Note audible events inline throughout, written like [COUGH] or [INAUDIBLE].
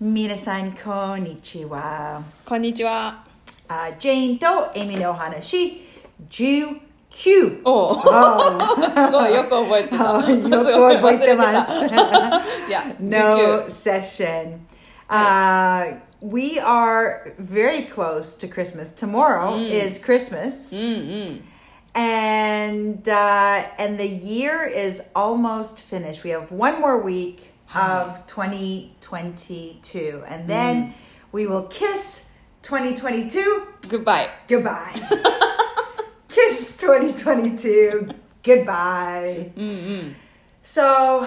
皆さん、こんにちは。こんにちは。あジェーンとエミのお話、19。 [LAUGHS] おお、 Oh, すごいよく覚えてた。よく [LAUGHS] 覚えてますすごい忘れ [LAUGHS] てた。いや、 [LAUGHS] no 19 session. Uh, we are very close to Christmas. Tomorrow is Christmas. And uh, and the year is almost finished. We have one more week of 2022, and then we will kiss 2022 goodbye。 goodbye. [LAUGHS] Kiss 2022 goodbye. So,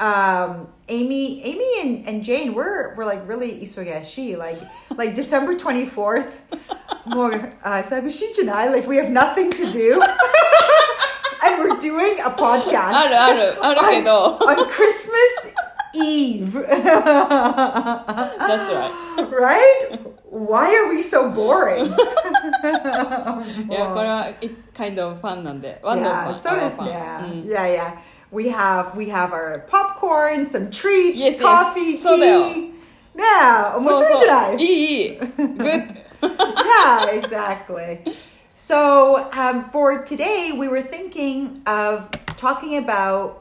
um, Amy, Amy, and, and Jane, we're we're like really isogashi, like like December 24th. More, uh, Sabashichi and I, like we have nothing to do, [LAUGHS] and we're doing a podcast. ある [LAUGHS] ある、あるけ on, ど。 on Christmas Eve, [LAUGHS] That's right。 right? Why are we so boring? いや、これは、it kind of fun なんで。ワンダ yeah, フ so ァ does ン。 yeah. Yeah, yeah. We have we have our popcorn, some treats, Yes, yes. coffee, So tea. Yeah, そうそう面白いんじゃない？ [LAUGHS] いい、[LAUGHS] いい。Good。 yeah, exactly. So um, for today, we were thinking of talking about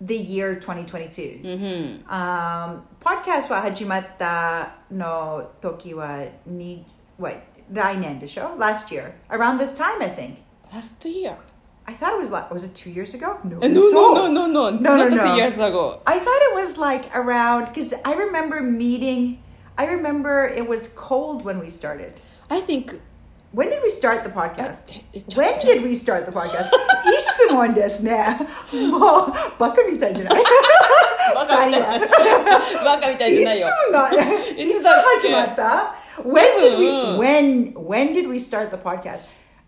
the year 2022. Mm-hmm. Um, podcast wa hajimatta no toki wa ni what? 来年でしょ? Last year, around this time, I think. Last year. I thought it was like was it two years ago? No, No, so- no, no, no, no. No, no, Not no. two years ago. I thought it was like around because I remember meeting. I remember it was cold when we started. [LAUGHS] I think When did we start the podcast? Uh, it- it- when did we start the [LAUGHS] podcast? [LAUGHS] いつもですね。もう、バカみたいじゃない？ [LAUGHS] バカみたいじゃない。バカみたいじゃな [LAUGHS] いよ。いつな-いつ始まった？When did we うん。 when when did we start the podcast?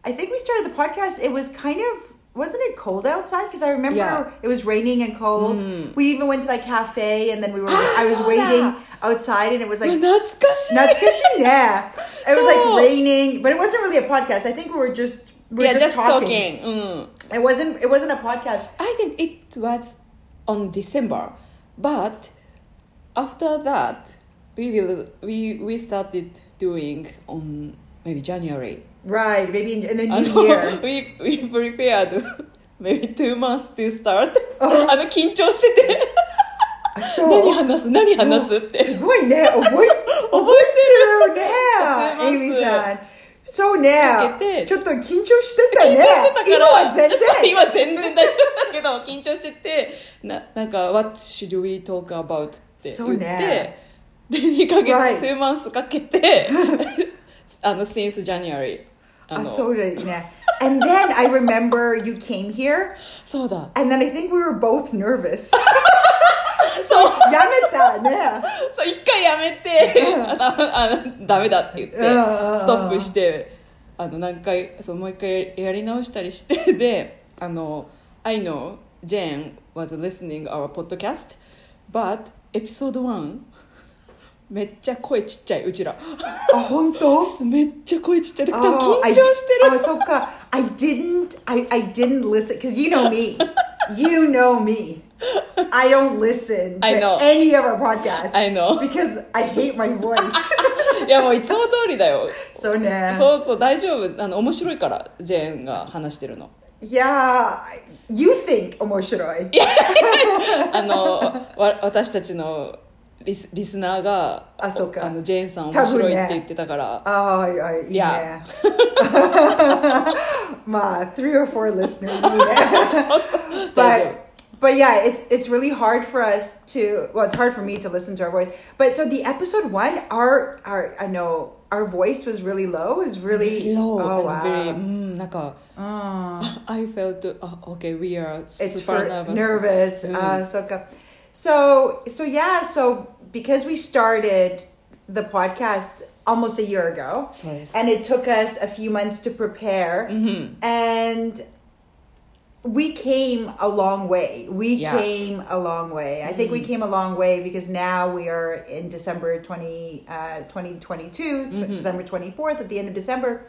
I think we started the podcast. It was kind of wasn't it cold outside? Because I remember Yeah. Mm. it was raining and cold. We even went to that cafe, and then we were. I was Ah, saw waiting that. outside, and it was like 懐かしい。 Nuts cushion, yeah. It was So- like raining, but it wasn't really a podcast. I think we were just we were Yeah, just, just talking. talking. うん。 It wasn't it wasn't a podcast. I think it was on December, but after that, we will we we started doing on maybe January. Right, maybe in, in the あ new の year. [LAUGHS] we we prepared [LAUGHS] maybe two months to start. [LAUGHS] あの緊張してて [LAUGHS] 何 So 話す何話すって [LAUGHS] [LAUGHS] 覚 [LAUGHS] 覚えてます。 So now かけて。 [LAUGHS] 緊張してたからちょっと緊張してたね。今は全然。 [LAUGHS] 今全然大丈夫だけど緊張しててななんか「What should we talk about?」って言ってそうねで2ヶ月 Right. 2 months かけて [LAUGHS] あの since January あの Ah, so yeah. And then I remember you came here そうだ and then I think we were both nervous. so やめたね。 [LAUGHS] そう一回やめてああダメだって言ってうんうんうんストップしてあの何回そうもう一回やり直したりして [LAUGHS] であの「I know Jane was listening our podcast but episode 1めっちゃ声ちっちゃいうちらあ本当 [LAUGHS] めっちゃ声ちっちゃいで多分 Oh, 緊張してる I, oh, so ka- I didn't I, I didn't listen because you know me. you know me. I don't listen to I know. any of our podcasts. I know. Because I hate my [LAUGHS] voice. いやもういつも通りだ [LAUGHS] よ so nah. そうそう大丈夫あの面白いからジェーンが話してるの yeah. You think omoshiroi. あのわ私たちのリスリスナーがあそうかのジェーンさん面多分ね白いって言ってたから、 Oh, oh, yeah. Yeah. [LAUGHS] Ma, three or four listeners. yeah. Thank you. but but yeah, it's it's really hard for us to. Well, it's hard for me to listen to our voice. But so the episode one, our our I know our voice was really low. Is really ロー Oh なんか very- う wow. んなんか、I felt、ah, okay we are It's super for nervous. nervous, Uh, so ka- so so yeah. So because we started the podcast almost a year ago. そうです and it took us a few months to prepare Mm-hmm. and we came a long way we Yeah. Mm-hmm. came a long way i think we came a long way because now we are in Mm-hmm. december 20 uh, 2022 tw- december 24th at the end of december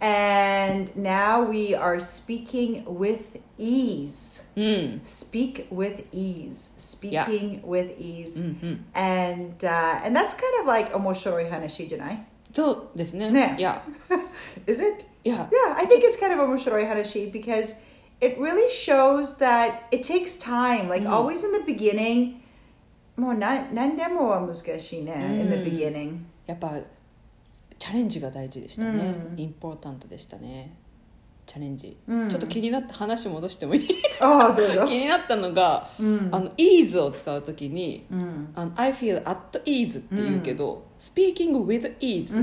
And now we are speaking with ease. うん Speak with ease. Yeah. Speaking Mm-hmm. with ease. うんうん And uh, and that's kind of like omoshiroi hanashi janai. そうですねねいや [LAUGHS] Is it? いや Yeah, I think it's kind of omoshiroi hanashi because it really shows that it takes time. Like always in the beginning, もう何でも難しいね、in the beginning. やっぱチャレンジが大事でしたね、インポータントでしたねチャレンジ、ちょっと気になった話戻してもいい Mm. Oh, どうぞ。 [LAUGHS] 気になったのが、あの「ease」を使う時に「あの I feel at ease」って言うけど「speaking with ease、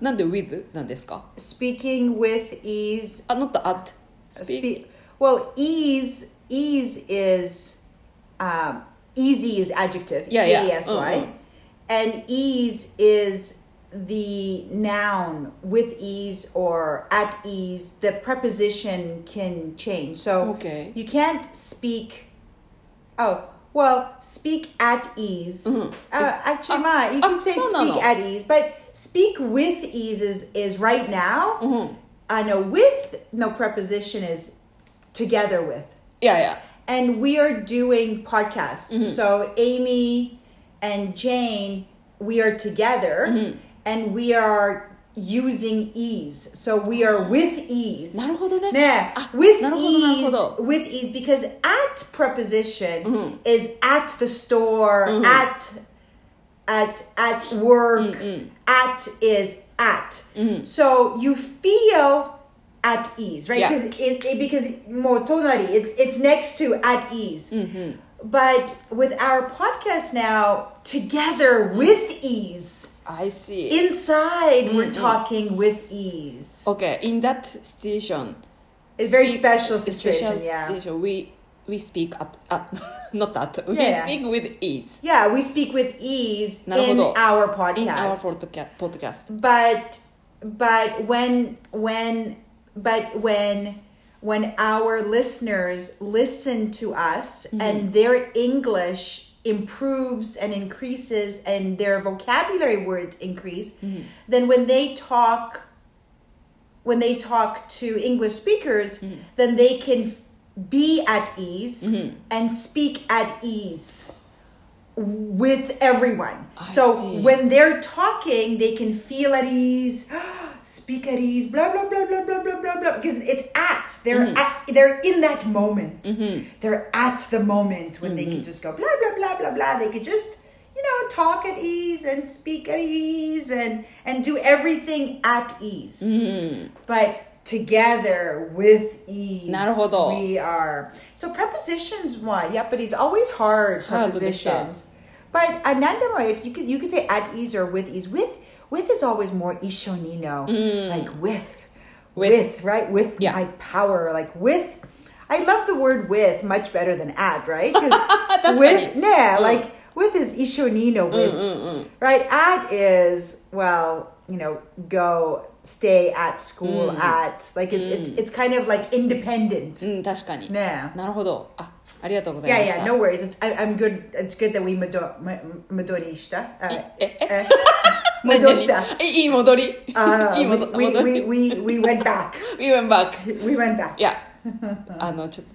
なんで「with」なんですか Speaking with ease. あ not at speak Speak. Well, ease ease is um, easy is adjective. E Yeah, yeah. E-A-S-Y. Mm, mm. And ease is the noun with ease or at ease. The preposition can change. So Okay. you can't speak. Oh. Well, speak at ease. Mhm. Uh, actually, ma, you ah, could say so no, speak no. at ease, but speak with ease is, is right now. うん I know with no preposition is together with. いやいや And we are doing podcasts. So Amy and Jane, we are together and we are using ease. So we are with ease. なるほどね Yeah, あ with なるほどなるほ ease, ど with ease, because at preposition is at the store, at at at Mm, work, at is at. Mm-hmm. So you feel at ease, right? Yeah. Because it, it because motonari, it's it's next to at ease. Mm-hmm. But with our podcast now, together Mm. with ease, I see inside we're Mm-hmm. talking with ease. Okay, in that situation, It's very Oh, speak- special situation, special yeah. situation, we we speak at, at [LAUGHS] not at we Yeah, yeah. speak with ease Yeah, we speak with ease Na in rohodo. our podcast. in our podca- podcast. but but when when but when when our listeners listen to us and their English improves and increases and their vocabulary words increase, then when they talk when they talk to English speakers, Mm-hmm. then they can f- be at ease and speak at ease with everyone. I so see. when they're talking, they can feel at ease, [GASPS] speak at ease, blah blah blah blah blah blah blah blah. Because it's at they're Mm-hmm. at they're in that moment. They're at the moment when they Mm-hmm. can just go blah blah blah blah blah. They could just you know talk at ease and speak at ease and and do everything at ease Mm-hmm. but together with ease なるほど。 we are so prepositions why yeah but it's always hard ハードでした。 prepositions but anandamo if you could you could say at ease or with ease with with is always more ishonino like with, With. Mm. with right with Yeah. my power like with I love the word with much better than at [LAUGHS] right because with yeah like with is ishonino with right at is well you know go stay at school at like it, it, it's kind of like independent うん、確かに。ねえなるほど。あ、ありがとうございま yeah した。 yeah no worries it's, I, I'm good it's good that we mado- m- madorista uh, え、え、 [LAUGHS] eh, 何 madorista え [LAUGHS] いい戻り。 uh, [LAUGHS] いい戻 we, 戻 we, り。 we, we [LAUGHS] went back We went back. we went back いや、 [LAUGHS] あの、ちょっ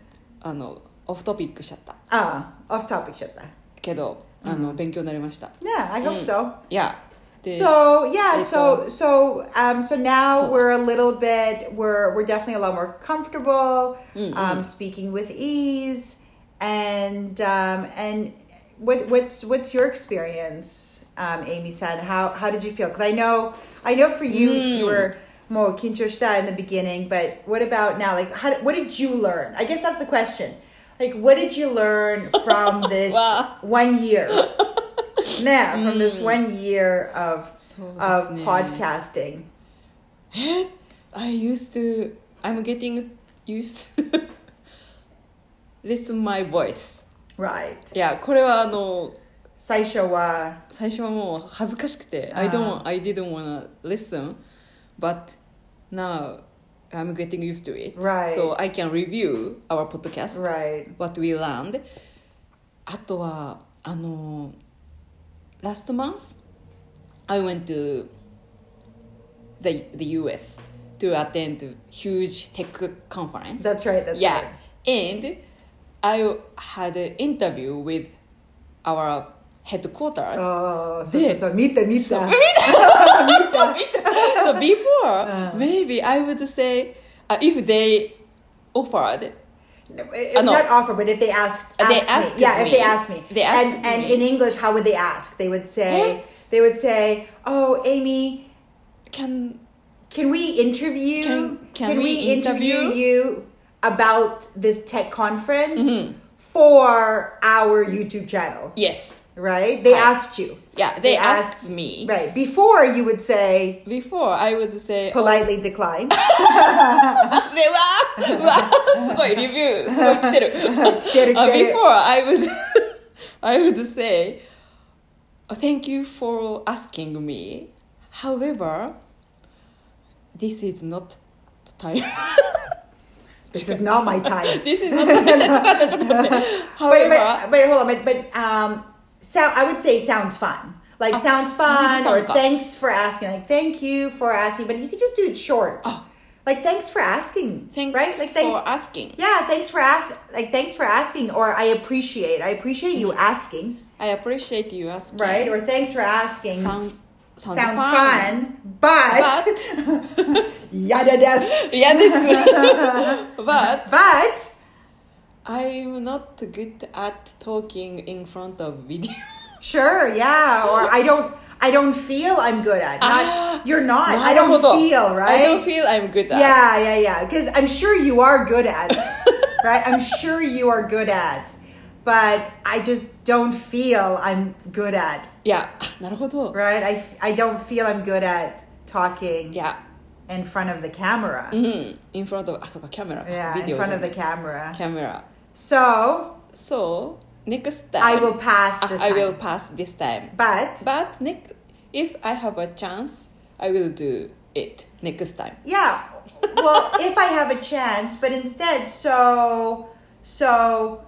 と、あの、オフトピックしちゃった。 ah off topic ちゃった。けど、あの、勉強になりました。 yeah I hope so いや、で、 so yeah it's so so um so now So- we're a little bit we're we're definitely a lot more comfortable Mm-hmm. um speaking with ease and um and what what's what's your experience um amy said how how did you feel because i know i know for you you Mm. were more kinchoshita in the beginning but what about now like how, what did you learn i guess that's the question like what did you learn [LAUGHS] from this Wow. one year now from this Mm. one year of そうですね of podcasting. え I used to I'm getting used [LAUGHS] listen my voice Right. いやこれはあの Saisho wa 最初はもう恥ずかしくてあ I ー don't I didn't wanna listen but now I'm getting used to it Right. so I can review our podcast right. what we learned あとはあの last month I went to the, the US to attend huge tech conference. That's right. That's yeah. right. And I had an interview with our headquarters. Oh. ああ、そうそうでそう、見て見て。 [LAUGHS] so before, Uh. maybe I would say uh, if they offered, If Uh, no. Not offer, but if they asked, Uh, they asked asked me. Yeah, if me. they asked me. They asked and and me. in English, how would they ask? They would Huh? say, they would say, "Oh, Amy, can can we interview? Can- can we interview?" you about this tech conference Mm-hmm. for our YouTube channel?" yes, Right? They Right. asked you. yeah, they, asked, me. Right before you would say Before I would say, politely [LAUGHS] decline. でわ [LAUGHS] ーわーすごいレビューすごい来てる来てる来てる Uh, before I would [LAUGHS] I would say uh, thank you for asking me however this is not time [LAUGHS] this is not my time. this is not [LAUGHS] ちょっと待ってちょっ [LAUGHS] と待って But, however but, but hold on, but, but um, sound, I would say sounds fun. Like Ah, sounds sounds fun, fun or ka. thanks for asking. Like thank you for asking, but you could just do it short. Ah. Like thanks for asking, thanks right? Like for asking Yeah, thanks for asking. Like thanks for asking, or I appreciate. I appreciate you Mm-hmm. asking, I appreciate you asking right? Or thanks for asking. sounds sounds, Sounds [LAUGHS] fun, but, but [LAUGHS] [LAUGHS] yada des. 嫌です [LAUGHS] [LAUGHS] but But I'm not good at talking in front of video. Sure, yeah. Or I don't I don't feel I'm good at. Not, [GASPS] you're not. I don't なるほど。 feel, right? I don't feel I'm good at. yeah, yeah, yeah. Because I'm sure you are good at. [LAUGHS] right? I'm sure you are good at. But I just don't feel I'm good at, Yeah. [LAUGHS] なるほど。 right? I, f- I don't feel I'm good at talking Yeah. Mm. in front of the camera. うん。In front of, あ、そうか、キャメラ。 Yeah, ビデ in オじゃ front ない of the camera. キャメラ。 So So, next time. I will pass I- this Ah, I time. will pass this time. But But, ne- if I have a chance, I will do it next time. Yeah. Well, if I have a chance, but instead, so so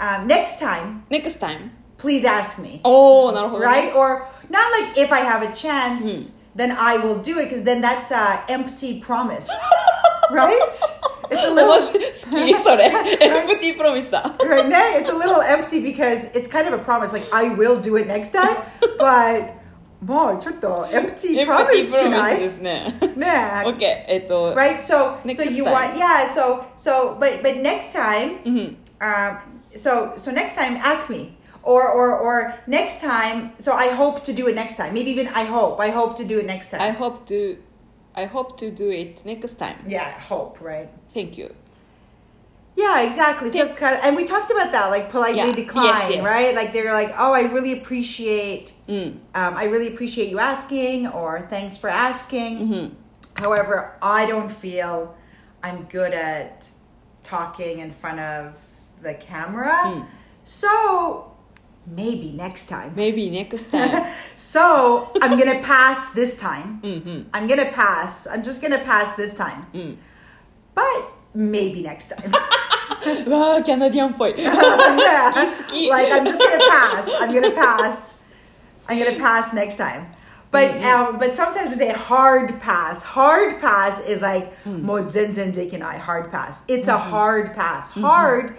um, next time, Next time. Oh, please ask me, おー、なるほどね。right? [LAUGHS] Or not like if I have a chance, then I will do it because then that's a empty promise, right? [LAUGHS] It's a 面 little 白い好き、それ。エプティプロミスだ。 [LAUGHS] right now. It's a little empty because it's kind of a promise. Like I will do it next time, but more, ちょっと empty エプテ promise ィプロミスで tonight. [LAUGHS] すね。 [LAUGHS] ね OK、えっと。 right so Next so you time. want yeah so so but but next time um, so so next time ask me or or or next time so i hope to do it next time maybe even i hope i hope to do it next time I hope to I hope to do it next time. yeah hope right Thank you. yeah exactly so it's kind of- and we talked about that like politely Yeah. decline Yes, yes. right like they're like oh i really appreciate Mm. um, i really appreciate you asking or thanks for asking Mm-hmm. however i don't feel i'm good at talking in front of the camera Mm. so maybe next time Maybe next time. [LAUGHS] so i'm gonna pass this time Mm-hmm. i'm gonna pass i'm just gonna pass this time Mm. but maybe next time [LAUGHS] わあ、キャナディアンっぽい。 yeah. Ski, ski. Like I'm just gonna pass. I'm gonna pass. I'm gonna pass next time. But Mm-hmm. um, but sometimes we say hard pass. Hard pass is like Hmm. mo zen zen dick and I hard pass. It's Mm-hmm. a hard pass. Hard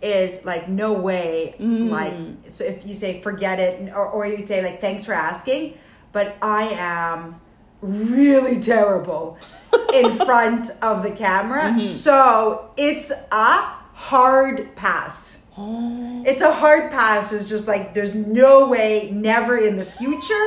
is like no way. Mm. Like so if you say forget it or or you say like thanks for asking, but I am really terrible [LAUGHS] in front of the camera. Mm-hmm. So it's a hard pass. It's a hard pass. It's just like there's no way, never in the future,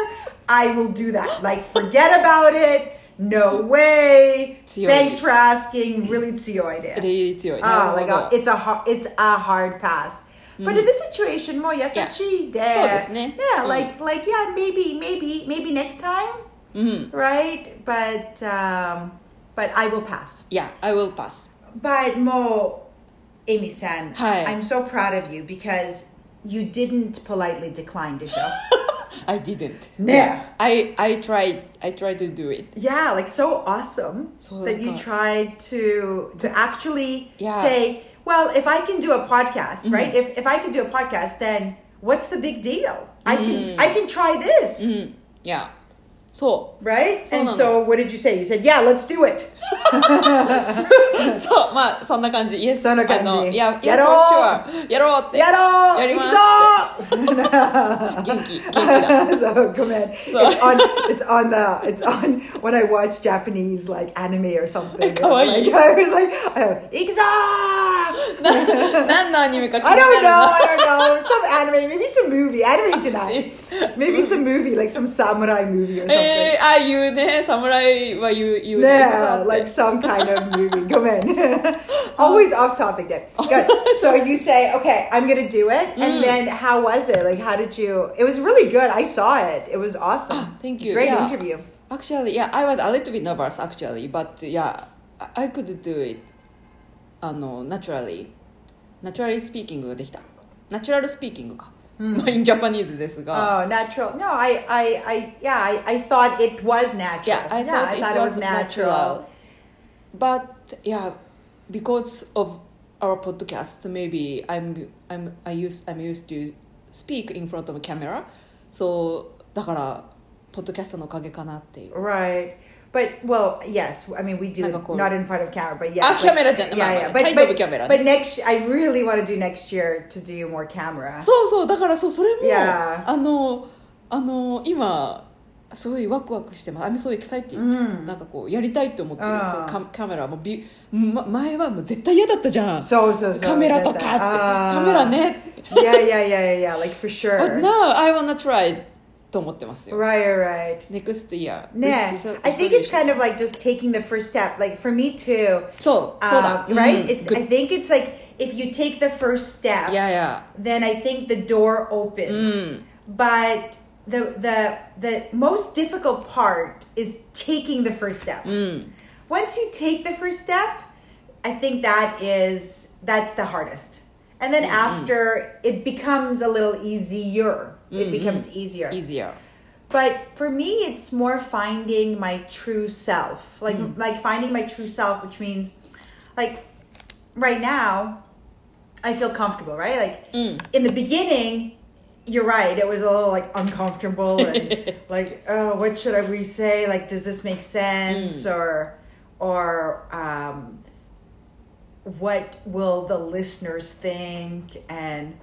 I will do that. Like forget about it. No way. 強い Thanks for asking. Really tsuyo idea. [LAUGHS] Really 強い。 Oh な my るほ god. ど。 It's a hard it's a hard pass. But in this situation, more yes, Yeah. she did. そうですね。 Yeah, うん。 like like yeah, maybe, maybe, maybe next time. Right? But um but I will pass. Yeah, I will pass. But Mo, Amy San, Hi. I'm so proud of you because you didn't politely decline the [GASPS] show. I didn't. Yeah. I I tried I tried to do it. yeah, like so awesome So that you good. tried to to actually Yeah. Mm-hmm. say, well, if I can do a podcast, right? If if I can do a Mm-hmm. podcast, then what's the big deal? I can I can try this. Yeah. そ right? Mm-hmm. So [LAUGHS] and long. so what did you say? You said, yeah, let's do it. [LAUGHS] うそうまあそんな感じイエスそんな感じいやややろろうやろうってやろうやり行まくすぞ [LAUGHS] 元気 [LAUGHS] 元気だ so come in. It's on it's on the it's on when I watch Japanese like anime or something. かわいい。 Like, [LAUGHS] I was like, oh, [LAUGHS] Ikza! 何のアニメか気に I なる don't know, な I don't know. Some anime, maybe some movie. Anime tonight. Maybe some movie, like some samurai movie or something. [LAUGHS] えー、あ言うね侍は言う言うね Yeah, そうだって like some kind of [LAUGHS] movie. Come in. [LAUGHS] Always off topic then. Good. So you say, okay, I'm gonna do it. And Mm. then how was it? Like how did you it was really good. I saw it. It was awesome. [GASPS] Thank you. Great Yeah. interview. Actually, yeah, I was a little bit nervous actually, but yeah, I- I could do it. あの、naturally. Naturally speaking ができた。Natural speaking か。まあ、in Japanese ですが。 Oh, natural. No, I, I, I yeah, I, I thought it was natural. Yeah, I thought, it, was natural. But yeah, because of our podcast, maybe I'm I'm I used I'm used to speak in front of a camera. So だからポッドキャストのおかげかなっていう。 Right. But well, yes. I mean, we do Like a cool- not in front of camera, but yes. Ah, like- camera, gen- yeah, yeah. But, kind but, of camera. but next, I really want to do next year to do more camera. そうそうだからそうそれも、 Yeah. あのあの今すごいワクワクしてます I'm so excited、なんかこうやりたいと思ってる、うんそのカカメラもび、ま、前はもう絶対嫌だったじゃん So so so. カメラとかって that- that- カメラね ah. yeah, yeah, yeah, yeah, yeah. Like for But sure. now I wanna try と思ってますよ Right, right. Next year Nah, This- this- I think it's this- kind of like just taking the first step. Like for me too. そうそうだ um,、right? うん It's. mm-hmm. Good. I think it's like if you take the first step, いやいや then I think the door opens. But the the the most difficult part is taking the first step. Once you take the first step, I think that is that's the hardest. And then after it becomes a little easier. It becomes easier. easier But for me, it's more finding my true self, like like finding my true self, which means, like, right now, I feel comfortable, right? Like in the beginning, you're right. It was a little like uncomfortable and like, oh, what should I we say? Like, does this make sense or or um, what will the listeners think and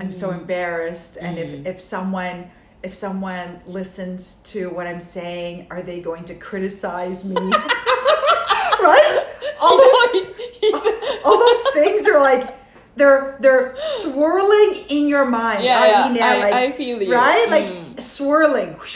i'm so Mm. embarrassed and if, if someone if someone listens to what i'm saying are they going to criticize me [LAUGHS] right all those, ひどい all those things are like they're they're swirling in your mind Yeah, right? yeah, Now, I- I feel you. Mm. right like swirling [LAUGHS]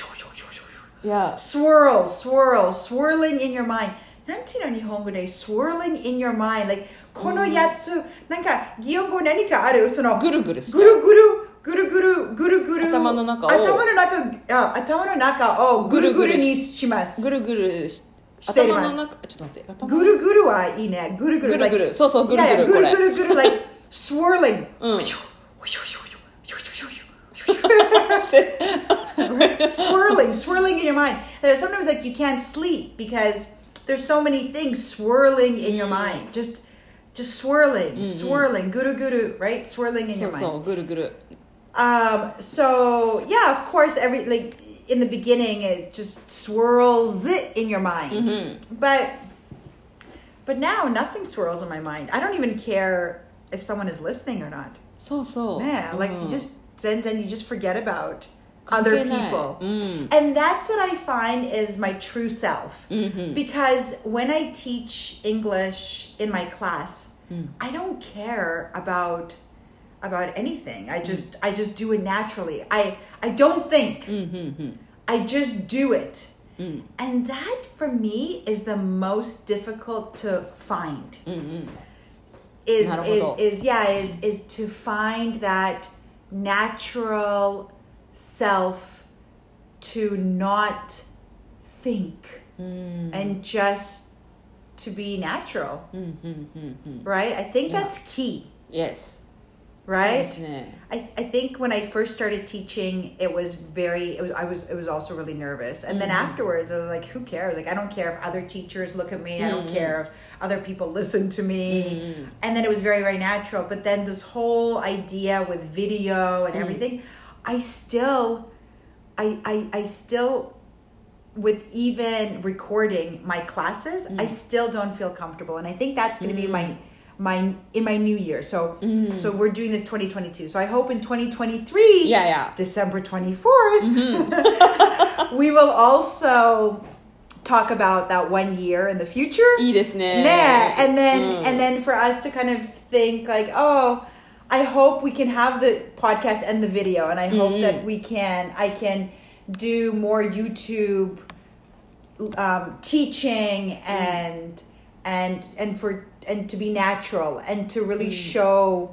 Yeah. swirl, swirl, swirling in your mind. なんていうの日本語で swirling in your mind. Mm. Like, このやつ、なんか、擬音語何かあるその、ぐるぐるしちぐゃうるぐる、ぐるぐる、ぐるぐる。頭の中を頭の中、あ頭の中をぐるぐるにします。ぐるぐるししてい頭ますの中ちょっと待って頭ぐるぐるはいいね。ぐるぐる。ぐるぐる like- そうそうぐるぐる Yeah, yeah, これぐるぐるぐる、like, swirling. うん [LAUGHS] swirling, swirling in your mind. There's sometimes like you can't sleep because there's so many things swirling in your mind. Just just swirling, swirling, guru guru, right? Swirling in [LAUGHS] そ your う mind. そうぐるぐる Um, so yeah, of course, every like in the beginning, it just swirls it in your mind. But but now nothing swirls in my mind. I don't even care if someone is listening or not. そうそう Yeah, like you うん just then then you just forget about 関 other 係ない people. うん And that's what I find is my true self. Because when I teach English in my class, I don't care about about anything. I just I just do it naturally. I I don't think. I just do it. And that for me is the most difficult to find. Is なるほど。 is is yeah is is to find that natural self to not think and just to be natural right i think that's key Yes そうで right すね I, I think when I first started teaching, it was very. It was, I was. It was also really nervous. And then afterwards, I was like, "Who cares? Like, I don't care if other teachers look at me. I don't care if other people listen to me." And then it was very, very natural. But then this whole idea with video and everything, I still, I, I, I still with even recording my classes, Mm. I still don't feel comfortable, and I think that's going to be my my in my new year. So Mm. so we're doing this 2022. So I hope in 2023, Yeah, yeah. Mm-hmm. December 24th, [LAUGHS] we will also talk about that one year in the future. いいですね。 Yeah, and then うん and then for us to kind of think like, oh, I hope we can have the podcast and the video, and I hope that we can I can do more YouTube um, teaching and and and for and to be natural and to really show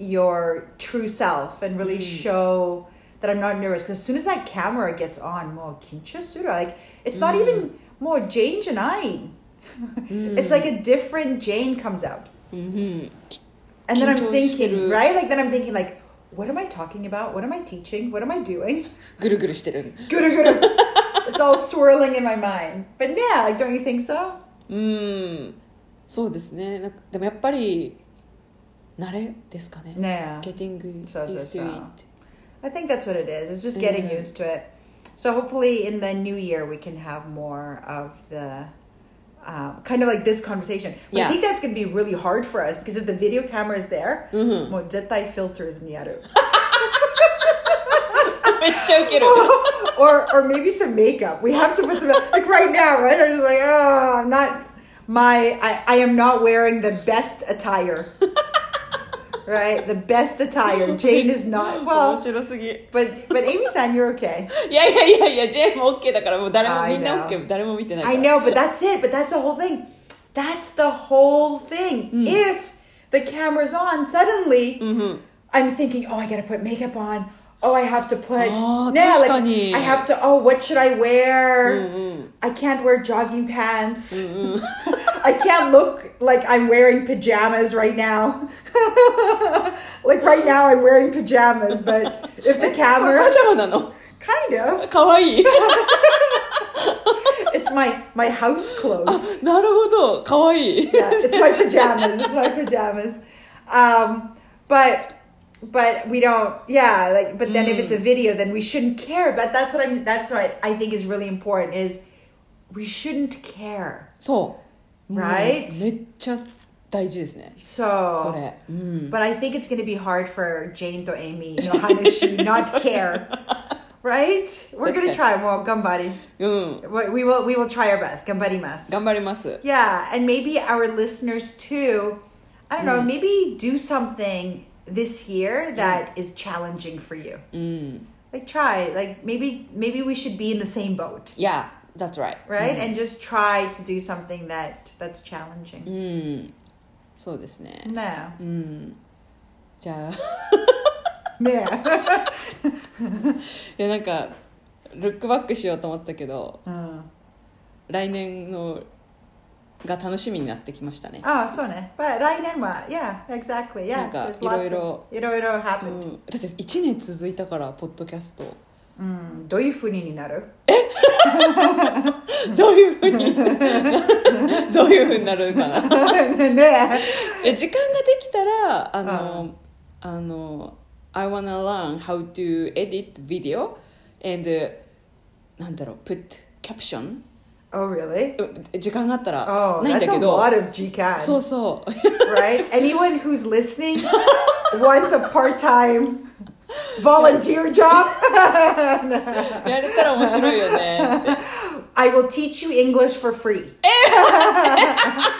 your true self and really show that I'm not nervous because as soon as that camera gets on, more kinchasura, like it's not even more Jane Janine. [LAUGHS] It's like a different Jane comes out. And then I'm 緊張してる。 thinking, right? Like then I'm thinking like, what am I talking about? What am I teaching? What am I doing? ぐるぐるしてる。 Guru guru. it's all swirling in my mind. But yeah, like don't you think so? うんそうですねなんかでもやっぱり慣れですかね Yeah. Getting used そうそうそう to it I think that's what it is. It's just getting Mhm. used to it. So hopefully in the new year we can have more of the um, kind of like this conversation. But I Yeah. think that's going to be really hard for us because if the video camera is there, mm filters niyaru. めっちゃウケる or or maybe some makeup. We have to put some like right now, right? I'm just like, oh, I'm not my I, I am not wearing the best attire. right? The best attire. Jane is not 面 well 白すぎい but but Amy san, you're okay. やいやいやいやジェーンも OK だからもう誰も I みんな know. OK 誰も見てないか I ら know, but that's it. But that's the whole thing. That's the whole thing. If the camera's on, suddenly I'm thinking, oh, I gotta put makeup on. Oh, I have to put. あー Nah, 確かに I have to. Oh, what should I wear? I can't wear jogging pants. [LAUGHS] I can't look like I'm wearing pajamas right now. [LAUGHS] like right now, I'm wearing pajamas, but if [LAUGHS] the これ camera, パジャマなの kind of, か [LAUGHS] わいい it's my my house clothes. なるほどかわいい yeah, it's my pajamas. It's my pajamas. Um, but but we don't. Yeah, like but then if it's a video, then we shouldn't care. But that's what I'm. That's what I think is really important is we shouldn't care. そうもう Right? めっちゃ大事ですね So. それうん But I think it's going to be hard for Jane to Amy. You know, how does she not care? Right? We're going to Okay. try. Well, Gumbari. うん、 We we will. We will try our best. Gumbari mas. 頑張ります Yeah, and maybe our listeners too. I don't know, maybe do something this year that is challenging for you. うん Like try, like maybe maybe we should be in the same boat, Yeah that's right right? And just try to do something that that's challenging. うんそうですね No. うんじゃあ Yeah. [LAUGHS] いやなんかルックバックしようと思ったけど oh, 来年のが楽しみになってきましたね so ne. Oh, But Rainenwa, yeah, exactly. Yeah. なんか There's いろ lots of いろ、いろいろうん happened. だって1年続いたからポッドキャスト Mm. [LAUGHS] どういう風になる？どういうふうにどういうふうになるかなね。 [LAUGHS] え時間ができたらあの、あの I wanna learn how to edit video and なんだろう put caption Oh really? え時間があったら Oh, ないん that's だ a けど lot of GCAD. そうそう [LAUGHS] right? Anyone who's listening wants a part-time volunteer job. やれたら面白いよ [LAUGHS] ね I will teach you English for free.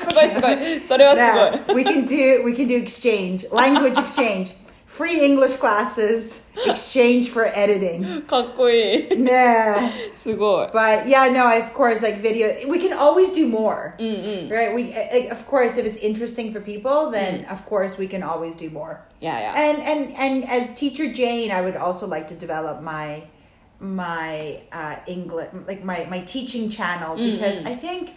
すごいすごいそれはす Now, we can do we can do exchange, language exchange, free English classes, exchange for editing. ごいかっこいい Nah. すごい But yeah, no, of course, like video, we can always do more, right? We, like, of course, if it's interesting for people, then of course we can always do more. いやいや and and and as teacher jane i would also like to develop my my uh english like my my teaching channel because i think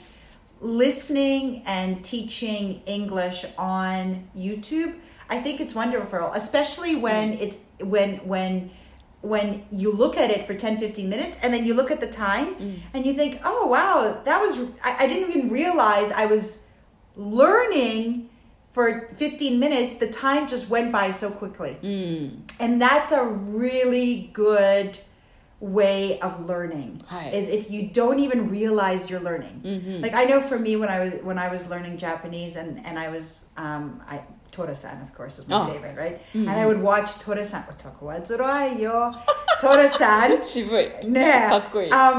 listening and teaching english on youtube i think it's wonderful especially when it's when when when you look at it for 10 15 minutes and then you look at the time and you think oh wow that was I, I didn't even realize i was learning for 15 minutes the time just went by so quickly うん and that's a really good way of learning Hi. is if you don't even realize you're learning. Mhm. Like I know for me when I was when I was learning Japanese and and I was um I Toda-san of course is my Oh. favorite, right? And I would watch Toda-san, "Otoko wa zurai yo." Toda-san 渋 [LAUGHS] いね [LAUGHS] えかっこいい Um,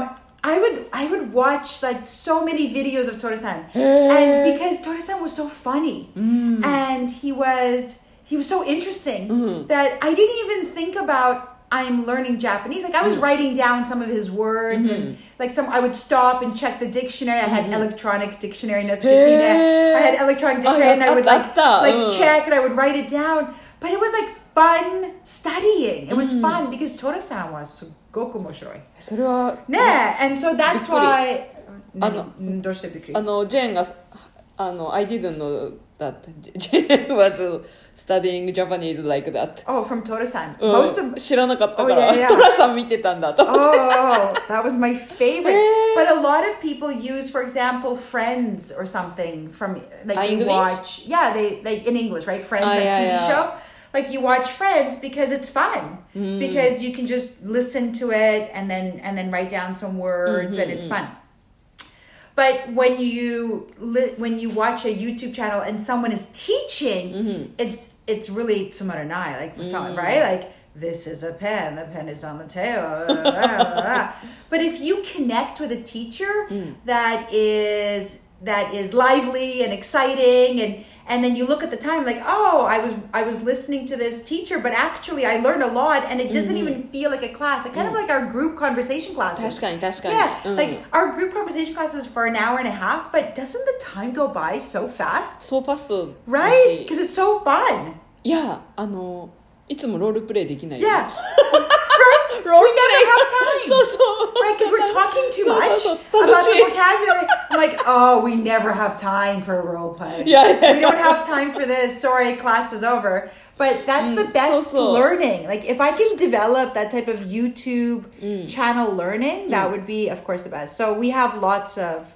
I would I would watch like so many videos of Torasan, へー and because Torasan was so funny, and he was he was so interesting that I didn't even think about I'm learning Japanese. Like I was writing down some of his words and like some I would stop and check the dictionary. I had electronic dictionary Natsushine. I had electronic Oh, dictionary and I would like あったあった。 like うん。 check and I would write it down. But it was like fun studying. It was fun because Torasan was goku moshiroi. それは Yeah, and so that's びっくり。 why. あの、うん、どうしてびっくり？あのジェーンがあの I didn't know that Jane was studying Japanese like that、 Oh, from Toda-san. うん Most of 知らなかったから、 Oh, yeah, yeah. トラさん見てたんだと oh, that was my favorite. Eh. But a lot of people use, for example, Friends or something from like Ah, you English? watch. Yeah, they like in English, right? Friends, Ah, that TV yeah, yeah. show. Like you watch Friends because it's fun Mm. because you can just listen to it and then and then write down some words and it's Mm-hmm. fun. But when you li- when you watch a YouTube channel and someone is teaching, it's it's really tsumaranai, like so- right? Like this is a pen, the pen is on the tail. blah, blah, blah, blah. but if you connect with a teacher that is that is lively and exciting and and then you look at the time like oh i was i was listening to this teacher but actually i learned a lot and it doesn't even feel like a class like kind of like our group conversation classes 確かに確かに、 yeah, うん like our group conversation class is for an hour and a half, but doesn't the time go by so fast? そうファスト Right? Because it's so fun. いやあのいつもロールプレイできないよね Yeah. [LAUGHS] right? ロール We プレイ never have そう time. [LAUGHS] そう Right? Because we're talking too そう much そうそう about 楽 the し vocabulary. I'm like, oh, we never have time for role play. Yeah, yeah. We don't have time for this. Sorry, class is over. But that's the best so, so. learning. Like, if I can develop that type of YouTube channel learning, that would be, of course, the best. So we have lots of,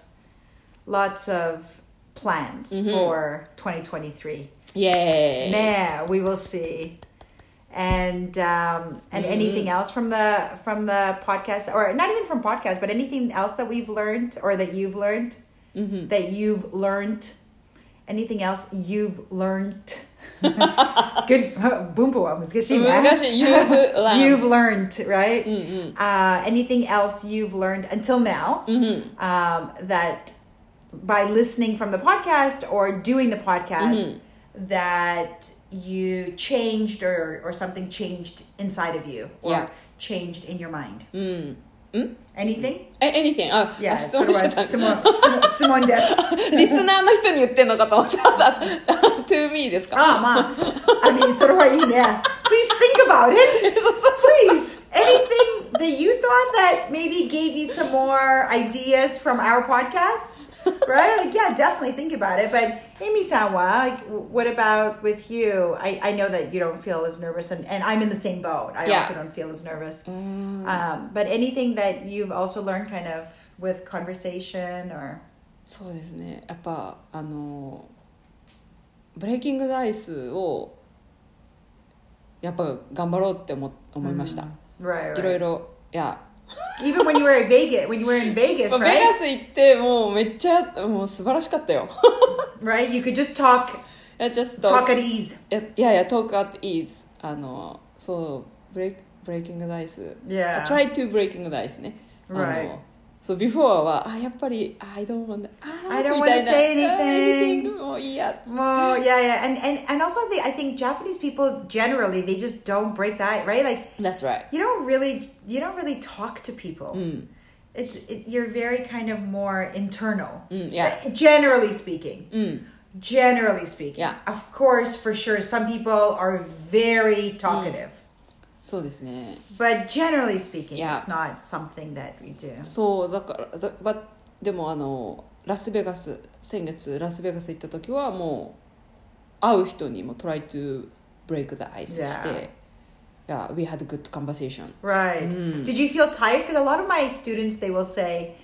lots of plans for 2023. いイエーイ Yeah, we will see. And um, and anything else from the from the podcast, or not even from podcast, but anything else that we've learned or that you've learned that you've learned. Anything else you've learned? Good, [LAUGHS] bumbo, I'm [LAUGHS] 難しい You've learned. You've learned, right? Uh, anything else you've learned until now um, that by listening from the podcast or doing the podcast that you changed or, or something changed inside of you or Yeah. changed in your mind? うん、 Anything? え anything あ、 Yeah, あ質 so 問 do し I- てた Simone, Simone, Simone Des. [LAUGHS] リスナーの人に言ってんのかと思った [LAUGHS] To me ですか Ah, ma. I mean, so do I, yeah. Please think about it. Please. [LAUGHS] Anything that you thought that maybe gave you some more ideas from our podcast, right? Like, yeah, definitely think about it. But Amy Sawa, like, w- what about with you? I, I know that you don't feel as nervous, and, and I'm in the same boat. I Yeah. also don't feel as nervous. Um, but anything that you've also learned kind of with conversation or. [LAUGHS] そうですねやっぱあのブレイキングダイスをやっぱ頑張ろうって思思いました、 Right, いろい right. ろいや Even when you were in Vegas, when you were in [LAUGHS] Vegas, まあ right? ベガス行ってもうめっちゃもう素晴らしかったよ [LAUGHS] Right? You could just talk I just thought- talk at ease. いやいやいや talk at ease あのそうブレイクブレイキングダイス Yeah. try to breaking the ice ねあの Right. そう before はあやっぱり I don't want to I don't wanna say anything. もういいや Well, yeah, yeah. And and, and also I think I think Japanese people generally they just don't break that, right? Like That's right you don't really you don't really talk to people. Mm. It's it, you're very kind of more internal. Mm, yeah. Uh, Generally speaking. うん、 Generally speaking. Yeah. Of course, for sure some people are very Mm. talkative. そうですね But generally speaking, Yeah. it's not something that we do. そうだからだばでもあのラスベガス先月ラスベガス行った時はもう会う人にも try to break the ice して Yeah. yeah, we had a good conversation Right. Did you feel tired? Because a lot of my students, they will say,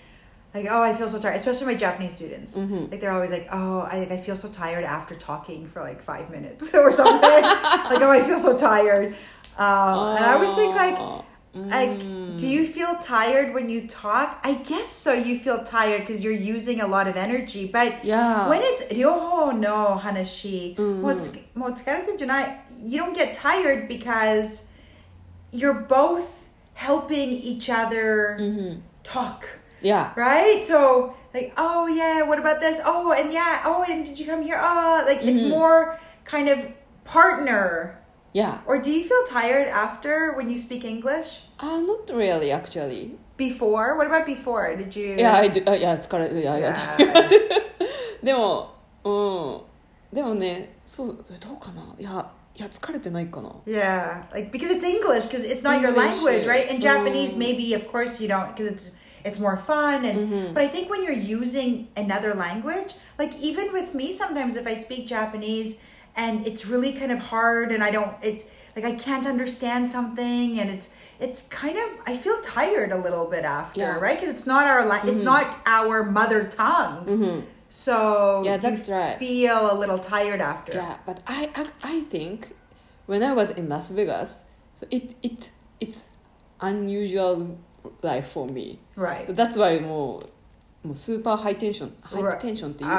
like, oh, I feel so tired, especially my Japanese students. Like, they're always like, oh, I, I feel so tired after talking for like five [LAUGHS] minutes or something. like, oh, I feel so tired. Um, And I always think, like, Like, do you feel tired when you talk? I guess so. You feel tired because you're using a lot of energy. But Yeah. when it's 両方の話、もうつもう疲れてんじゃない You don't get tired because you're both helping each other talk, Yeah. right? So, like, oh yeah, what about this? Oh, and yeah, oh, and did you come here? Oh, like it's more kind of partner. Yeah. Or do you feel tired after when you speak English? Uh, not really, actually. Before? What about before? Did you? Yeah, I do. Uh, yeah, 疲れる。いやいや Yeah. [LAUGHS] でも、うん。でもね、そう、どうかな。いや、いや、疲れてないかな。 Yeah, like because it's English, because it's not your English, language, right? In mm. Japanese, maybe of course you don't, because it's it's more fun. And Mm-hmm. but I think when you're using another language, like even with me, sometimes if I speak Japanese and it's really kind of hard, and I don't, it's like I can't understand something, and it's it's kind of I feel tired a little bit after, Yeah. Mm-hmm. right? Because it's not our la- it's not our mother tongue, so Yeah, you that's right. Feel a little tired after. Yeah, but I, I I think when I was in Las Vegas, so it it it's unusual life for me. Right. That's why もうもうスーパーハイテンションハ Right. イテンションっていう。 Uh,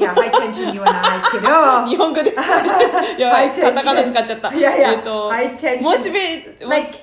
yeah, high tension, you and I, kiddo. [LAUGHS] 日本語でやば [LAUGHS] い High tension. カタカナ使っちゃった。いやいやえっと High tension. モチベー Like-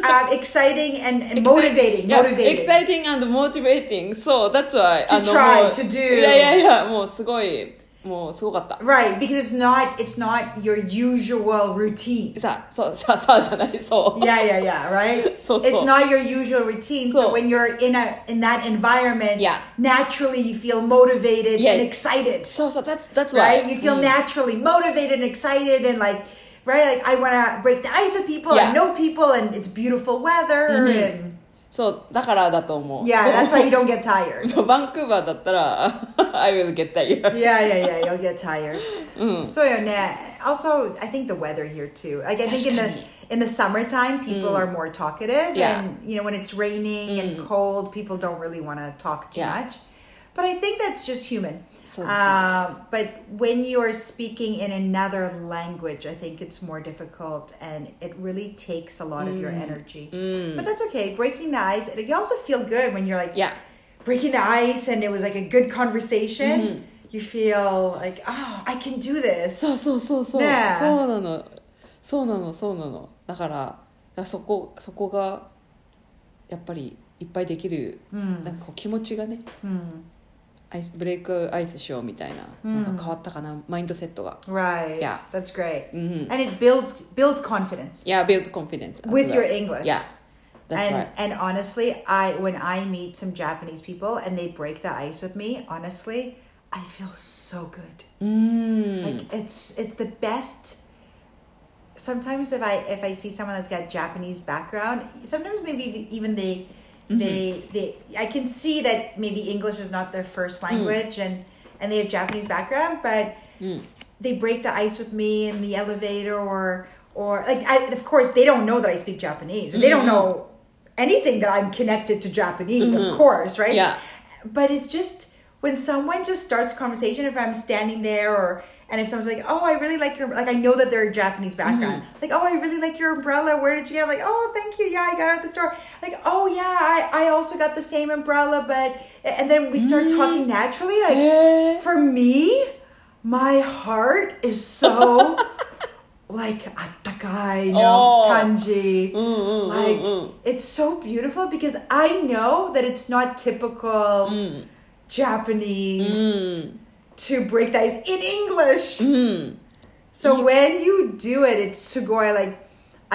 Um, exciting and, and motivating, [LAUGHS] Yeah, motivating. exciting and motivating. So that's why To あの try, もう to do. いやいやいやもうすごいもうすごかった。 Right, because it's not it's not your usual [LAUGHS] routine. さあそうさあさあじゃないそう。 Yeah, yeah, yeah, right? [LAUGHS] So, it's so. not your usual routine. So, So. when you're in a in that environment, Yeah. naturally you feel motivated Yeah. Mm. and excited. [LAUGHS] そうそう that's that's why right? You feel naturally motivated and excited and like right, like I wanna break the ice with people Yeah. Mm-hmm. and know people and it's beautiful weather and そうだからだと思う。 yeah, that's why you don't [LAUGHS] get tired. [LAUGHS] バンクーバーだったら [LAUGHS] I will get tired. yeah, yeah, yeah. You'll get tired. So yeah, nah. also I think the weather here too. Like I think in the in the summertime, people are more talkative, Yeah. and you know when it's raining and cold, people don't really want to talk too Yeah. much. But I think that's just human. So it's Uh, but when you're speaking in another language, I think it's more difficult and it really takes a lot of your energy. But that's okay. Breaking the ice, and you also feel good when you're like, Yeah. breaking the ice and it was like a good conversation Mm-hmm. you feel like oh i can do そう this そうそうそう。そうねえなのそうなのそうなの。だからだからそこそこがやっぱりいっぱいできる、なんかこう気持ちがね、アイスブレイクアイスしようみたいな、なんか変わったかなマインドセットが。 right Yeah. that's great Mhm. and it builds builds confidence Yeah, build confidence as With well. your English. Yeah, that's and right. and honestly i when i meet some japanese people and they break the ice with me honestly i feel so good うーん。 like it's it's the best sometimes if i if i see someone that's got japanese background sometimes maybe even they they they i can see that maybe english is not their first language and and they have japanese background but they break the ice with me in the elevator or or like I, of course they don't know that i speak japanese or they don't know anything that i'm connected to japanese of course right Yeah. but it's just when someone just starts conversation if i'm standing there or and if someone's like oh i really like your like i know that they're a japanese background like oh i really like your umbrella where did you get it? like oh thank you yeah i got it at the store like oh yeah i, I also got the same umbrella but and then we start talking naturally like Yeah. for me my heart is [LAUGHS] so like atakai you know Oh. kanji mm, like mm, mm. it's so beautiful because i know that it's not typical Mm. japanese to break the ice in english うん。 so when you do it it's sugoi like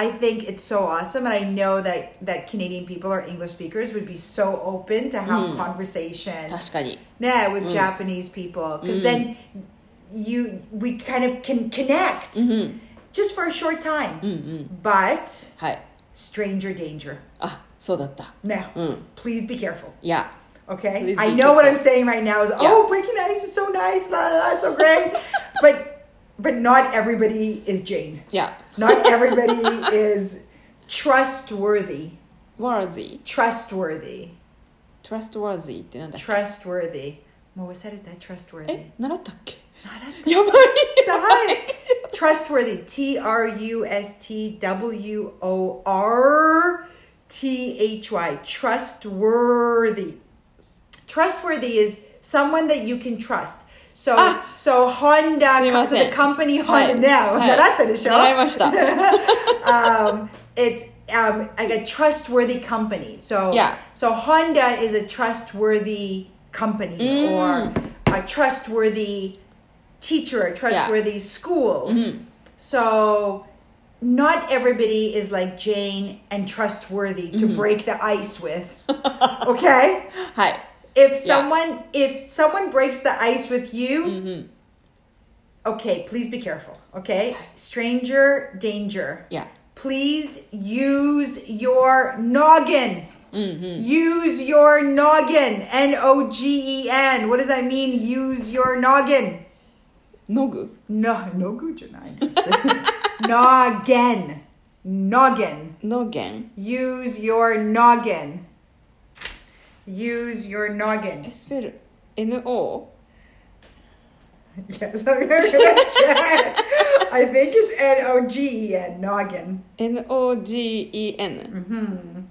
i think it's so awesome and i know that that canadian people or english speakers would be so open to have Mm. conversation 確かに。 yeah, Mm. with Japanese people, because then you we kind of can connect Mm-hmm. just for a short time. Mm, But はい。 stranger danger. あ、そうだった。 Now, Mm. please be careful. いや。 Okay, Please I be know what I'm careful. saying right now is oh, breaking the ice is so nice, la la, la it's so [LAUGHS] great, but but not everybody is Jane. いや。 Not [LAUGHS] everybody is trustworthy. worthy Trustworthy. trustworthy ってなんだっけ Trustworthy. What was that? That trustworthy. え習ったっけ Not a- やばい [LAUGHS] Trustworthy. T R U S T W O R T H Y, trustworthy. Trustworthy is someone that you can trust. So, あ so Honda, Ah. [LAUGHS] すいま so せ the ん company はい Honda now, [LAUGHS] はい習ったでしょ習いま [LAUGHS] した um, it's um, like a trustworthy company. So, Yeah. so Honda is a trustworthy company or a trustworthy teacher, a trustworthy school. So not everybody is like Jane and trustworthy to break the ice with. Okay? はい If someone if someone breaks the ice with you, okay, please be careful. Okay? Stranger danger. いや Please use your noggin. Use your noggin. N O G E N. What does that mean? Use your noggin. ノグ No, no good, Noggin. Noggin. ノゲン Use your noggin. Use your え noggin. [LAUGHS] スペル NO Yes, I'm gonna check. I think it's N O G E N. Noggin. Mm-hmm. N-O-G-E-N、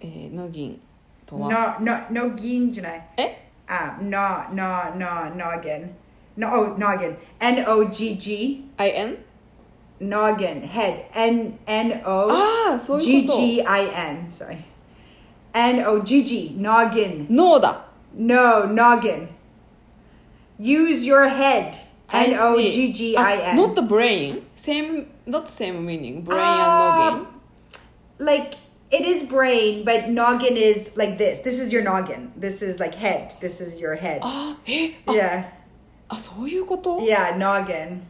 えー、ノギンとは No, no, no, gin, janai. え Um, no, no, no, noggin. No, oh, noggin. N O G G. ?I-N? Noggin. Head. N N O. ああそういう G こと G I [GASPS] Ah, N. Sorry. N O G G. Noggin. 脳だ No, noggin. Use your head. I see. N O G G I あ N. Not the brain Same Not same meaning Brain and noggin Like it is brain, but noggin is like this. This is your noggin. This is like head. This is your head. あえあ Yeah. あそういうこと、 Yeah, noggin.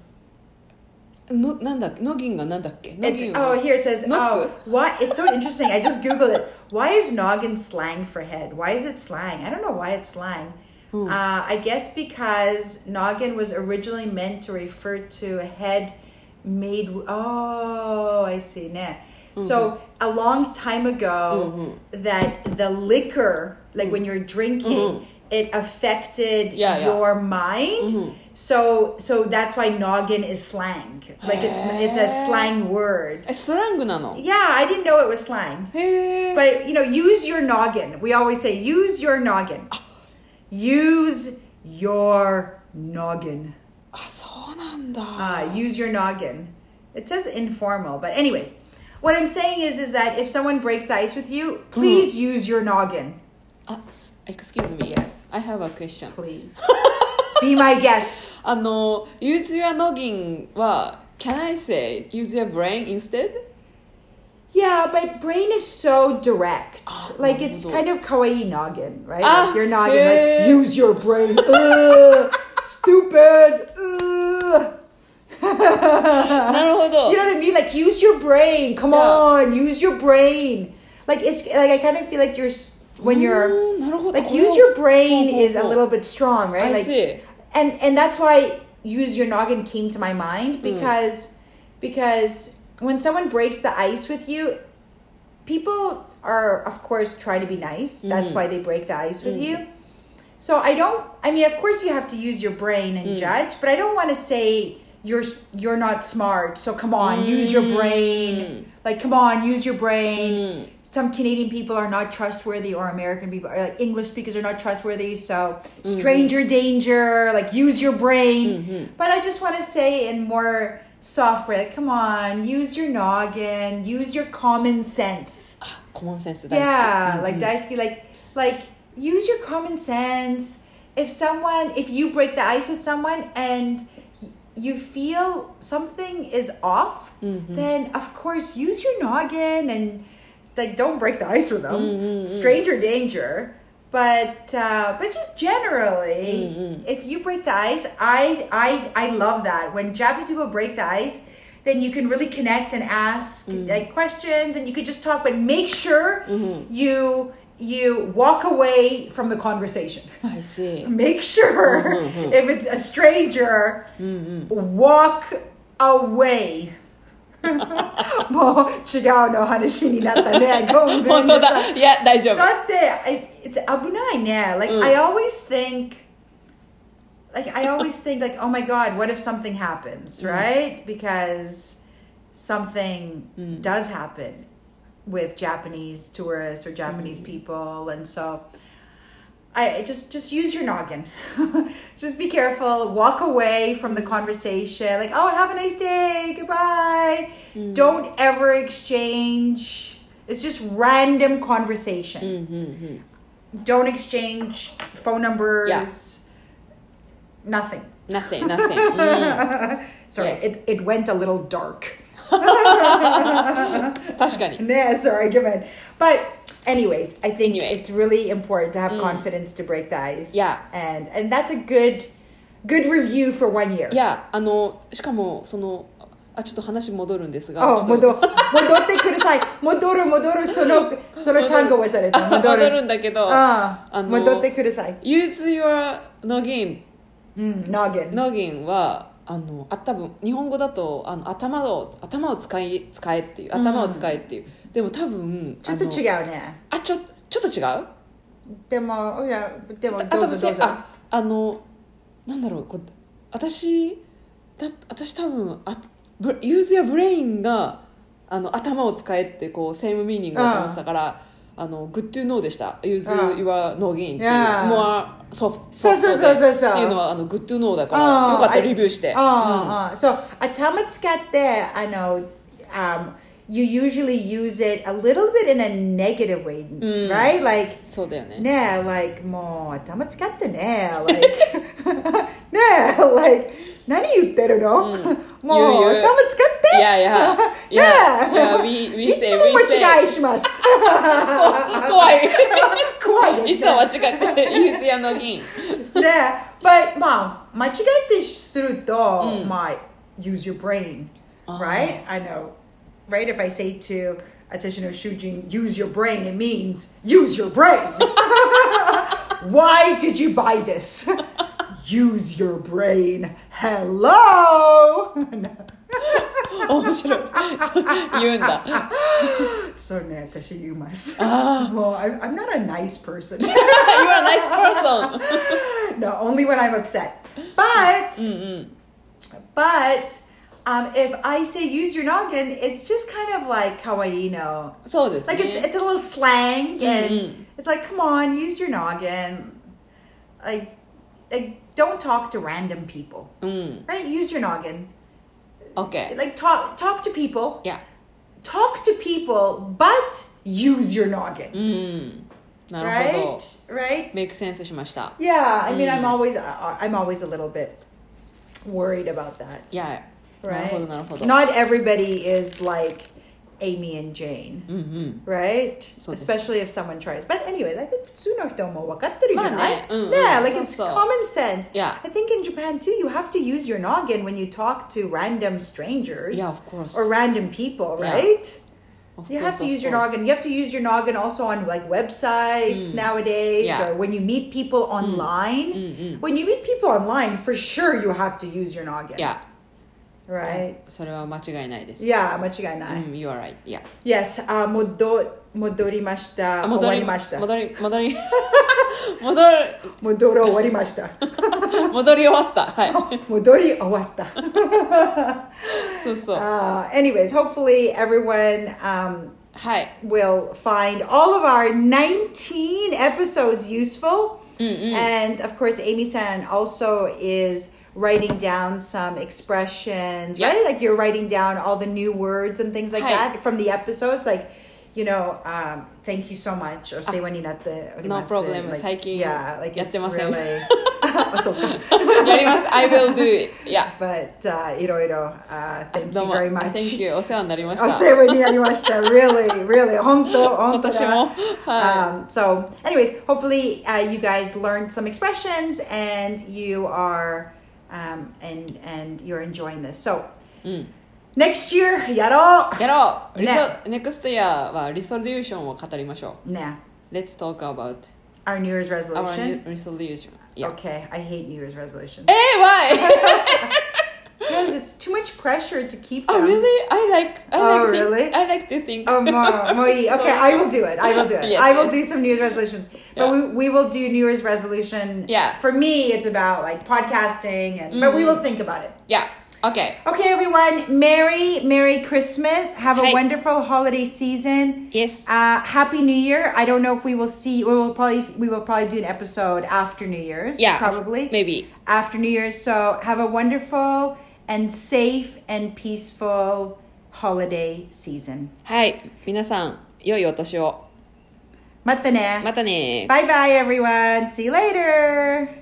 のなんだっけノギンがなんだっけノギ It's, ンは oh, here it says, Knock. oh, why? It's so interesting. I just Googled it. Why is noggin slang for head? Why is it slang? I don't know why it's slang. Uh, I guess because noggin was originally meant to refer to a head made. Oh, I see. Nah. Mm-hmm. So a long time ago, that the liquor, like when you're drinking, it affected Mm-hmm. Yeah, Mm-hmm. yeah. your mind. So, so that's why noggin is slang. Like it's it's a slang word. えスラングなの Yeah, I didn't know it was slang. へえ But you know, use your noggin. We always say use your noggin. Use your noggin. あそうなんだ、 Uh, use your noggin. It says informal, but anyways, what I'm saying is is that if someone breaks the ice with you, please use your noggin. あ、s- excuse me. Yes. I have a question. Please. Be my guest. あの、use your noggin は、can I say use your brain instead? Yeah, but brain is so direct. like it's no. kind of kawaii noggin, right? Ah, like your noggin, yeah. like use your [LAUGHS] brain. Ugh, stupid. Ugh. [LAUGHS] なるほど You。know what I mean? Like use your brain. Come Yeah. on, use your brain. Like it's like I kind of feel like you're s- when you're うんなるほど。 like use your ほう brain ほうほう is a little bit strong, right? I like see. and and that's why use your noggin came to my Hmm. mind because because when someone breaks the ice with you, people are of course try to be nice. Mm-hmm. That's why they break the ice with you. So I don't. I mean, of course, you have to use your brain and judge, but I don't want to say you're you're not smart. So come on, use your brain. Like, come on, use your brain. Some Canadian people are not trustworthy, or American people, or like English speakers are not trustworthy. So stranger danger. Like, use your brain. But I just want to say in more soft way, like, come on, use your noggin, use your common sense. あ、コモンセンス大好き。 Yeah, like Daisuke, like like use your common sense. If someone, if you break the ice with someone and y- you feel something is off, then of course use your noggin and like don't break the ice with them. Stranger danger. But uh, but just generally, if you break the ice, I I I love that when Japanese people break the ice, then you can really connect and ask like questions, and you could just talk. But make sure you you walk away from the conversation. [LAUGHS] I see. Make sure if it's a stranger, walk away. [LAUGHS] もう違うの話になったね。ごめんなさい。本当だ。いや、大丈夫。だってえ it's 危ないね like、I always think like I always think like oh my god what if something happens right because something does happen with Japanese tourists or Japanese people, and so I I just just use your noggin. [LAUGHS] just be careful. Walk away from the conversation. Like, oh, have a nice day. Goodbye. Don't ever exchange. It's just random conversation. Don't exchange phone numbers. Nothing. Nothing, nothing. Mm. Sorry, Yes. it, it went a little dark. 確 [LAUGHS] かに。 Yeah, sorry, give in. But anyways, I think Anyway. Mm. it's really important to have confidence to break the ice. Yeah. And and that's a good good review for one year. いや、あの、しかも、その、あ、ちょっと話戻るんですが、 Oh, ちょっと modo, modotte kudasai. Modoru, modoru, sono, sono tango was [LAUGHS] it. 戻るんだけど、 Ah, あの、 modotte kudasai. use your noggin Mm, noggin. ノギンはあのあ多分日本語だとあの頭を頭を使い使えっていう頭を使えっていう、でも多分ちょっとう違うね。あちょちょっと違うでも、いや、でも、あど多うぞ分どうせぞ。ああのなんだろうこう私だ私多分あブ use your brain があの頭を使えってこうセームミーニングだと思ってたから、あの good to know でした use うん your ノギンっていう、 Yeah more soft そうそうそうそうそう soft でっていうのはあの good to know だからああよかったら I- レビューしてああああ Oh, So, 頭使って、あの、um, you usually use it a little bit in a negative way, Mm. right? Like, そうだよねねえ、like, もう頭使ってね like, [LAUGHS] [LAUGHS] ねえ、like, 何言ってるの、Mm. [LAUGHS] もう言う言う頭使ってい [LAUGHS] やいや、いや、いや、ね we, え [LAUGHS] we い say, つも we say. 間違いし [LAUGHS] ます。[LAUGHS] 怖い。怖 [LAUGHS] いですねいつも間違って、 [LAUGHS] ユースやの銀。で、but まあ間違えてすると、まあ use your brain, right? I know, right? If I say to 私の主人 use your brain, it means use your brain. [LAUGHS] Why did you buy this? [LAUGHS] Use your brain. Hello. [LAUGHS] 面白い。言うんだ。 [LAUGHS] そうね、私言います。 [LAUGHS] もう I'm I'm not a nice person. [LAUGHS] You are a nice person. No, only when I'm upset. But, but um, if I say use your noggin, it's just kind of like kawaii no. そうです Like it's ね。 it's a little slang and it's like come on, use your noggin. Like, like don't talk to random people, うん。 right? Use your noggin. OK。 Like talk talk to people, いや、 talk to people, but use your noggin, うん。なるほど right?。Right? メイクセンスしました。 Yeah, I mean, I'm Mm. always I- I'm always a little bit worried about that. いや、なる Right? ほど、なるほど。 Not everybody is like Amy and Jane, うんうん。 right? Mm-hmm. So this- Especially if someone tries. But anyways, I think tsunohitomo まあね、うんうん、 Yeah, like it's そうそう。 common sense. Yeah. I think in Japan too, you have to use your noggin when you talk to random strangers. Yeah, of course. Or random people, Yeah. right? Of You have course, to of use your course. noggin. You have to use your noggin also on like websites nowadays Yeah. or when you meet people online. When you meet people online, for sure you have to use your noggin. いや、 Right? それは間違いないです。 Yeah, う間違いない。ん、You are right. いや。 Yes, uh, あ、戻、戻りました。あ終戻わりりました。戻り、戻り、 [LAUGHS] 戻る、戻る終わりました。戻り終わった。 [LAUGHS] はい。戻り終わった。そうそう。 [LAUGHS] Uh, anyways, hopefully everyone um, はい。 will find all of our 19 episodes useful. And of course, Amy San also is writing down some expressions, Yeah. right? Like you're writing down all the new words and things like Hi. that from the episodes. Like, you know, um, thank you so much. Or say when you not the Ah. No problem. Like, 最近 yeah, like it's やってません。 really. so, やります。I will do it. いや。 [LAUGHS] but uh, Iroiro, uh, thank どう you も。 very much. Thank you. お世話になりました。お世話になりました。really, really, 本 [LAUGHS] 当、本当私だも。は Um, so, anyways, hopefully uh, you guys learned some expressions and you are um, and and you're enjoying this. So, Mm. next year, やろい。やろう。ねリソ、ネクストイヤーはリソリューションを語りましょう。ね、う。Let's talk about our New Year's our resolution. new resolution. Yeah. Okay, I hate New Year's resolutions えー、why? [LAUGHS] because it's too much pressure to keep them. Oh, really? I like, I Oh, like, think- really? I like to think. Oh, more, [LAUGHS] more. Okay, I will do it. I will do it. Yes, I will yes. do some New Year's resolutions. But Yeah. we, we will do New Year's resolution. Yeah. Mm-hmm. For me, it's about like podcasting, and but we will think about it. Yeah. Okay. Okay, everyone. Merry, Merry Christmas. Have a Hi. wonderful holiday season. Yes. Uh, Happy New Year. I don't know if we will see. We will probably we will probably do an episode after New Year's. Yeah, probably maybe. after New Year's. So have a wonderful and safe and peaceful holiday season. はい。皆さん、良いお年を。 Matane. またね。 Bye bye, everyone. See you later.